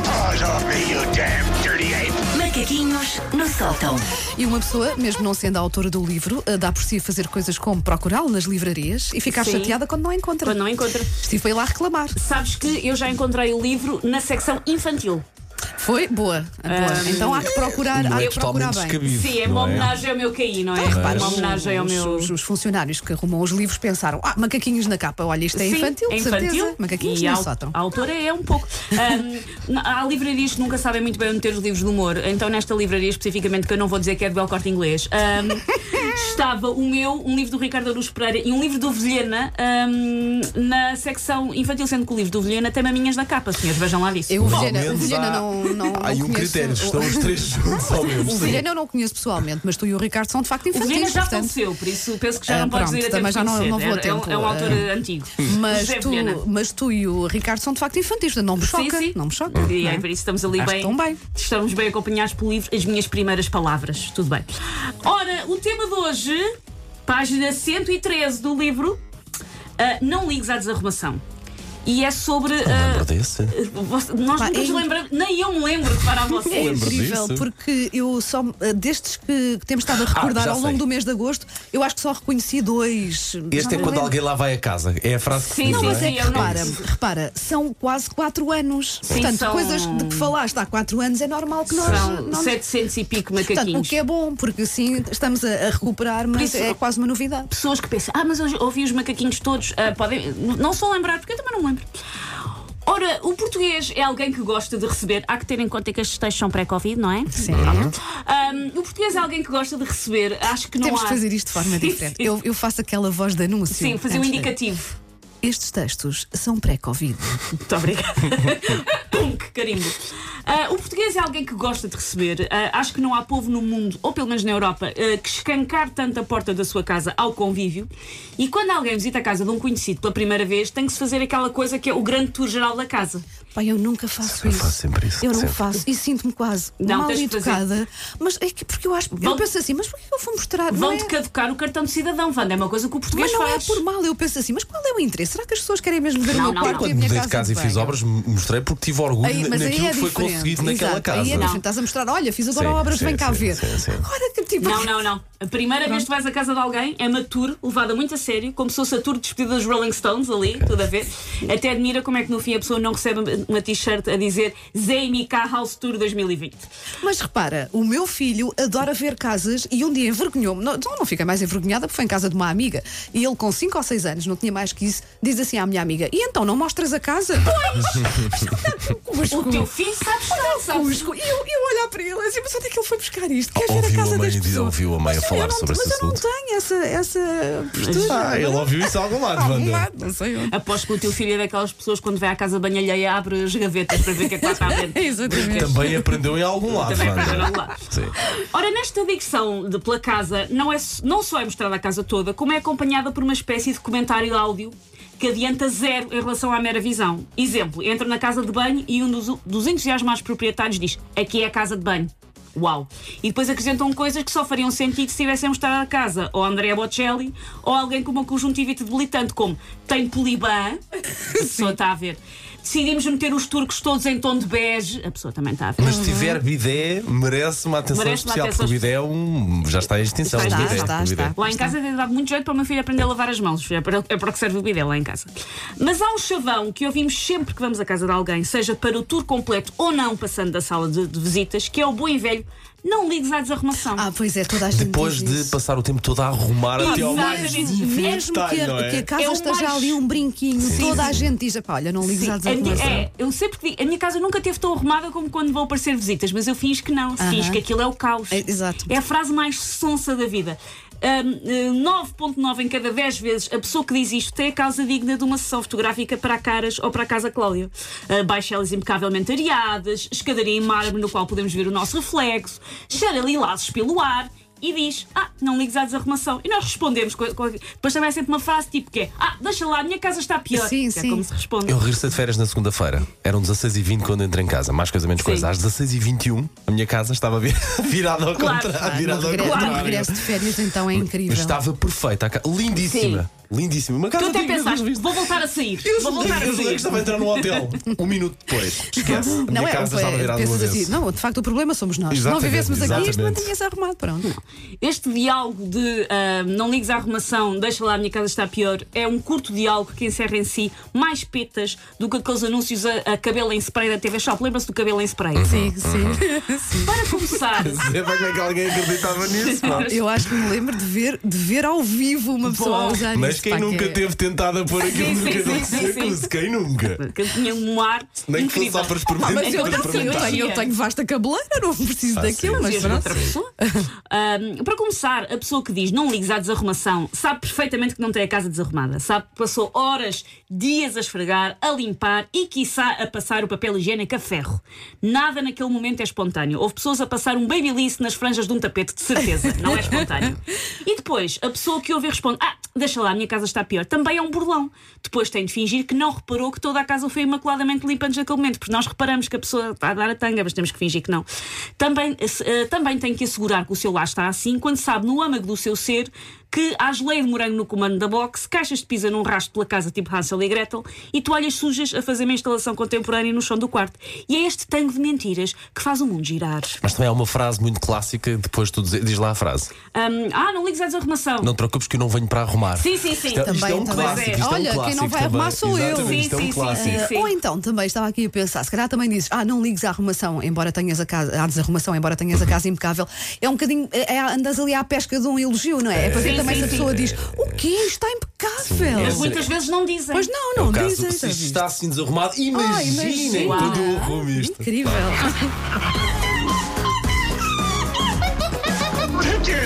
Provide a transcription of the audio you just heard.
off me, you damn dirty ape! Macaquinhos no sótão. E uma pessoa, mesmo não sendo a autora do livro, eh, dá por si a fazer coisas como procurá-lo nas livrarias e ficar Sim. chateada quando não a encontra. Quando não encontra. Estive aí lá a reclamar. Sabes que eu já encontrei o livro na secção infantil. Foi? Boa. Boa. Então há que procurar, Não há é que procurar bem. totalmente descabido. Sim, é não uma homenagem ao meu QI, não é? Repara, uma homenagem ao os, meu. os- os funcionários que arrumam os livros pensaram: ah, macaquinhos na capa, olha, isto é Sim, infantil, é de certeza. infantil. Macaquinhos e a, no au- sótão. a autora é um pouco. Ahm, na- há livrarias que nunca sabem muito bem onde ter os livros de humor, então nesta livraria especificamente, que eu não vou dizer que é do Bel Corte Inglês, ahm, estava o meu, um livro do Ricardo Aruz Pereira e um livro do Vilhena ahm, na secção infantil, sendo que o livro do Vilhena tem maminhas na capa, senhores, vejam lá disso. Eu, o Pelo Vilhena, o menos Vilhena há- não, não, não Há aí um conheço. critério, o- estão os três juntos ao mesmo O Vilhena eu não conheço pessoalmente, mas tu e o Ricardo são de facto O infantis. Vilhena já portanto. faleceu, por isso penso que já Ah, não podes é pronto, ir a tempo também de já não- conhecer. não vou a É- tempo, É, um, é um autor ah. antigo. Mas José tu, Vilhena. mas tu e o Ricardo são de facto infantis, não me choca. sim. Não me choca. E não é é? por isso estamos ali Acho que bem, estão bem. Estamos bem acompanhados pelo livro As Minhas Primeiras Palavras. Tudo bem. Ora, o tema de hoje, página 113 do livro, ah, Não Ligues à Desarrumação. E é sobre. ah, Lembra desse? você- nós Pá, nunca nos é- lembramos, nem eu me lembro de parar É vocês. Lembro incrível, disso. Ah, porque eu só. eh, Destes que, que temos estado a recordar já ao longo sei. do mês de agosto, eu acho que só reconheci dois. Já Este não é quando lembro. alguém lá vai a casa. É a frase que Sim, se diz, sim, Não, não mas é? é sim, que eu não- repara, repara, são quase 4 anos. Sim, Portanto, são- coisas de que falaste há 4 anos é normal que nós. São nós- 700 e pico Portanto, o macaquinhos. que é bom, porque assim estamos a, a recuperar, mas isso- é quase uma novidade. pessoas que pensam, ah, mas eu ouvi os macaquinhos todos, ah, podem. Não só lembrar, porque eu também não lembro. Ora, o português é alguém que gosta de receber. Há que ter em conta que estes textos são pré-Covid, não é? Sim. o português é alguém que gosta de receber. Acho que não Temos há. de fazer isto de forma Sim, diferente. sim. Eu, eu faço aquela voz de anúncio. Sim, fazer um antes de- indicativo. Estes textos são pré-Covid. Muito obrigada. Pum, que carimbo. Ah, o português é alguém que gosta de receber. Ah, acho que não há povo no mundo, ou pelo menos na Europa, ah, que escancar tanto a porta da sua casa ao convívio. E quando alguém visita a casa de um conhecido pela primeira vez, tem que se fazer aquela coisa que é o grande tour geral da casa. Pai, eu nunca faço Eu isso. faço sempre isso, Eu não sempre. faço e sinto-me quase Não, mal tens de educada. Mas é que porque eu acho. Eu Vão- penso assim, mas porquê eu vou mostrar? não é- Vão-te caducar o cartão de cidadão, Wanda. É uma coisa que o português Mas não é faz. por mal, eu penso assim, mas qual é o interesse? Será que as pessoas querem mesmo ver Não, o meu não, quarto não. e Quando a minha mudei casa? de casa e de fiz banho? obras, m- mostrei porque tive orgulho Aí, na- mas aí naquilo é que foi diferente. conseguido Exato, naquela Aí é casa. diferente. Estás a mostrar, olha, fiz agora Sim, obras, sim, vem cá sim, ver. sim, sim. Agora que tipo. Não, não, não. A primeira vez que vais à casa de alguém é uma tour levada muito a sério, como se fosse a tour de despedida dos Rolling Stones ali, tudo a ver. Até admira como é que no fim a pessoa não recebe uma t-shirt a dizer ZMK House Tour 2020. Mas repara, o meu filho adora ver casas e um dia envergonhou-me. Não, não fica mais envergonhada porque foi em casa de uma amiga. E ele, com 5 ou 6 anos, não tinha mais que isso, diz assim à minha amiga: E então não mostras a casa? é Pois! O teu filho sabe estar, sabe? Cusco. E eu, eu olhar para ele assim, mas onde é que ele foi buscar isto? Queres ver a Ouviu casa a mãe das e diz- pessoas? ouviu a mãe Mas a eu falar não- sobre esse Mas eu não assunto. tenho essa, essa postura. Ah, ele ouviu isso a algum lado, Ah, um Wanda. lado, Não sei onde. Aposto que o teu filho é daquelas pessoas quando vai à casa de banho alheia abre as gavetas para ver o que é que lá está dentro. Exatamente. Também aprendeu em algum lado, Também para Wanda. não lá. Sim. Ora, nesta digressão de pela casa, não, é, não só é mostrada a casa toda, como é acompanhada por uma espécie de comentário áudio que adianta zero em relação à mera visão. Exemplo, entra na casa de banho e um dos, dos entusiasmados proprietários diz: Aqui é a casa de banho. Uau! E depois acrescentam coisas que só fariam sentido se tivessem mostrado a casa, ou Andrea Bocelli, ou alguém com uma conjuntivite debilitante, como tem Poliban, a pessoa está a ver. Decidimos meter os turcos todos em tom de bege, a pessoa também está a ver. Mas se tiver Uhum. bidé, merece uma atenção Merece uma especial, atenção porque o bidé é um. já está em extinção. Está, o bidé, está, o bidé. está. Lá em casa tem dado muito jeito para o meu filho aprender a lavar as mãos. É para, é para o que serve o bidé lá em casa. Mas há um chavão que ouvimos sempre que vamos à casa de alguém, seja para o tour completo ou não, passando da sala de, de visitas, que é o bom e velho não ligues à desarrumação. Ah, pois é, toda a gente. Depois diz de isso. passar o tempo todo a arrumar até ao é mais Exatamente. Mesmo que, detalhe, não a, é? que a casa É o esteja mais- ali um brinquinho, toda a sim. gente diz: "Epá, olha, não ligues à A minha- desatenção. é, eu sempre que digo, a minha casa nunca teve tão arrumada como quando vão aparecer visitas, mas eu fiz que não, Aham. fiz que aquilo é o caos. É, exato. É a frase mais sonsa da vida. Ahm, eh, 9.9 em cada 10 vezes a pessoa que diz isto tem a casa digna de uma sessão fotográfica para a Caras ou para a Casa Cláudia. Ah, baixelas impecavelmente areadas, escadaria em mármore no qual podemos ver o nosso reflexo, ali laços pelo ar e diz, ah, não ligues à desarrumação. E nós respondemos, com, com- depois também é sempre uma frase tipo que é, ah, deixa lá, a minha casa está pior. Sim, que sim. É como se responde. Eu regressei de férias na segunda-feira. Eram 16h20 quando entrei em casa, mais coisa menos Sim. coisa. Às 16h21, a minha casa estava vir- virada ao Claro. contrário. Ah, No virada ao regresso, no contrário. regresso de férias, então é Mas incrível. Estava perfeita, a ca- lindíssima. lindíssima. Uma Tu casa até antiga, pensaste, resolviste. vou voltar a sair. Eu vou voltar julguei, eu a julguei que sair. estava a entrar num hotel. Um minuto depois. Esquece. A minha Não é, casa estava virada do pensas assim, avesso. não, de facto o problema somos nós. Exatamente, Se não vivêssemos aqui, isto exatamente. mantinha-se arrumado. Pronto. Este diálogo de ah, não ligues à arrumação, deixa lá a minha casa está pior, é um curto diálogo que encerra em si mais petas do que aqueles anúncios a, a cabelo em spray da TV Shop. Lembra-se do cabelo em spray? Uhum. Sim, sim. Para começar, Sei bem como é que alguém acreditava nisso, pá. Eu acho que me lembro de ver, de ver ao vivo uma pessoa Bom. a usar Mas isso, quem pá, que nunca é- teve tentado a pôr aquilo Sim, no sim, cabelo sim, sim, seco? sim. Quem nunca? que eu tinha um ar Nem que fosse incrível. Ah, só para Opa, experimentar. Mas eu, Para tenho, eu, tenho, eu experimentar. tenho vasta cabeleira, não preciso Ah, daquilo, sim, mas Dias de pronto. outra pessoa. Ahm, para começar, a pessoa que diz não ligues à desarrumação sabe perfeitamente que não tem a casa desarrumada. Sabe que passou horas, dias a esfregar, a limpar e, quiçá, a passar o papel higiênico a ferro. Nada naquele momento é espontâneo. Houve pessoas a passar um babyliss nas franjas de um tapete, de certeza. Não é espontâneo. E depois, a pessoa que ouve e responde: Ah, deixa lá, a minha casa está pior. Também é um burlão. Depois tem de fingir que não reparou que toda a casa foi imaculadamente limpa antes daquele momento, porque nós reparamos que a pessoa está a dar a tanga, mas temos que fingir que não. Também, eh, também tem que assegurar que o seu lar está assim, quando sabe no âmago do seu ser que há geleia de morango no comando da box, caixas de pizza num rastro pela casa tipo Hansel e Gretel e toalhas sujas a fazer uma instalação contemporânea no chão do quarto. E é este tango de mentiras que faz o mundo girar. Mas também há uma frase muito clássica, depois tu diz, diz lá a frase. Ahm, ah, não ligues à desarrumação. Não te preocupes que eu não venho para arrumar. Sim, sim, sim. Isto, é- isto é um Também, também. clássico. Isto Olha, é quem um não clássico, vai arrumar sou eu. Exatamente, Sim, isto é um sim, sim, clássico. sim. Ou então também estava aqui a pensar, se calhar também dizes, ah, não ligues à arrumação, embora tenhas a casa, à desarrumação, embora tenhas Uhum. a casa impecável, é um bocadinho, é, é- andas ali à pesca de um elogio, não é? É para ver Sim, também sim, se a sim. pessoa diz, o quê? Está impecável. Mas muitas vezes não dizem. Pois não, É o não caso dizem. que se sabes? está assim desarrumado, um Ah, imaginem imagina. quando eu arrumo isto. Incrível. Take your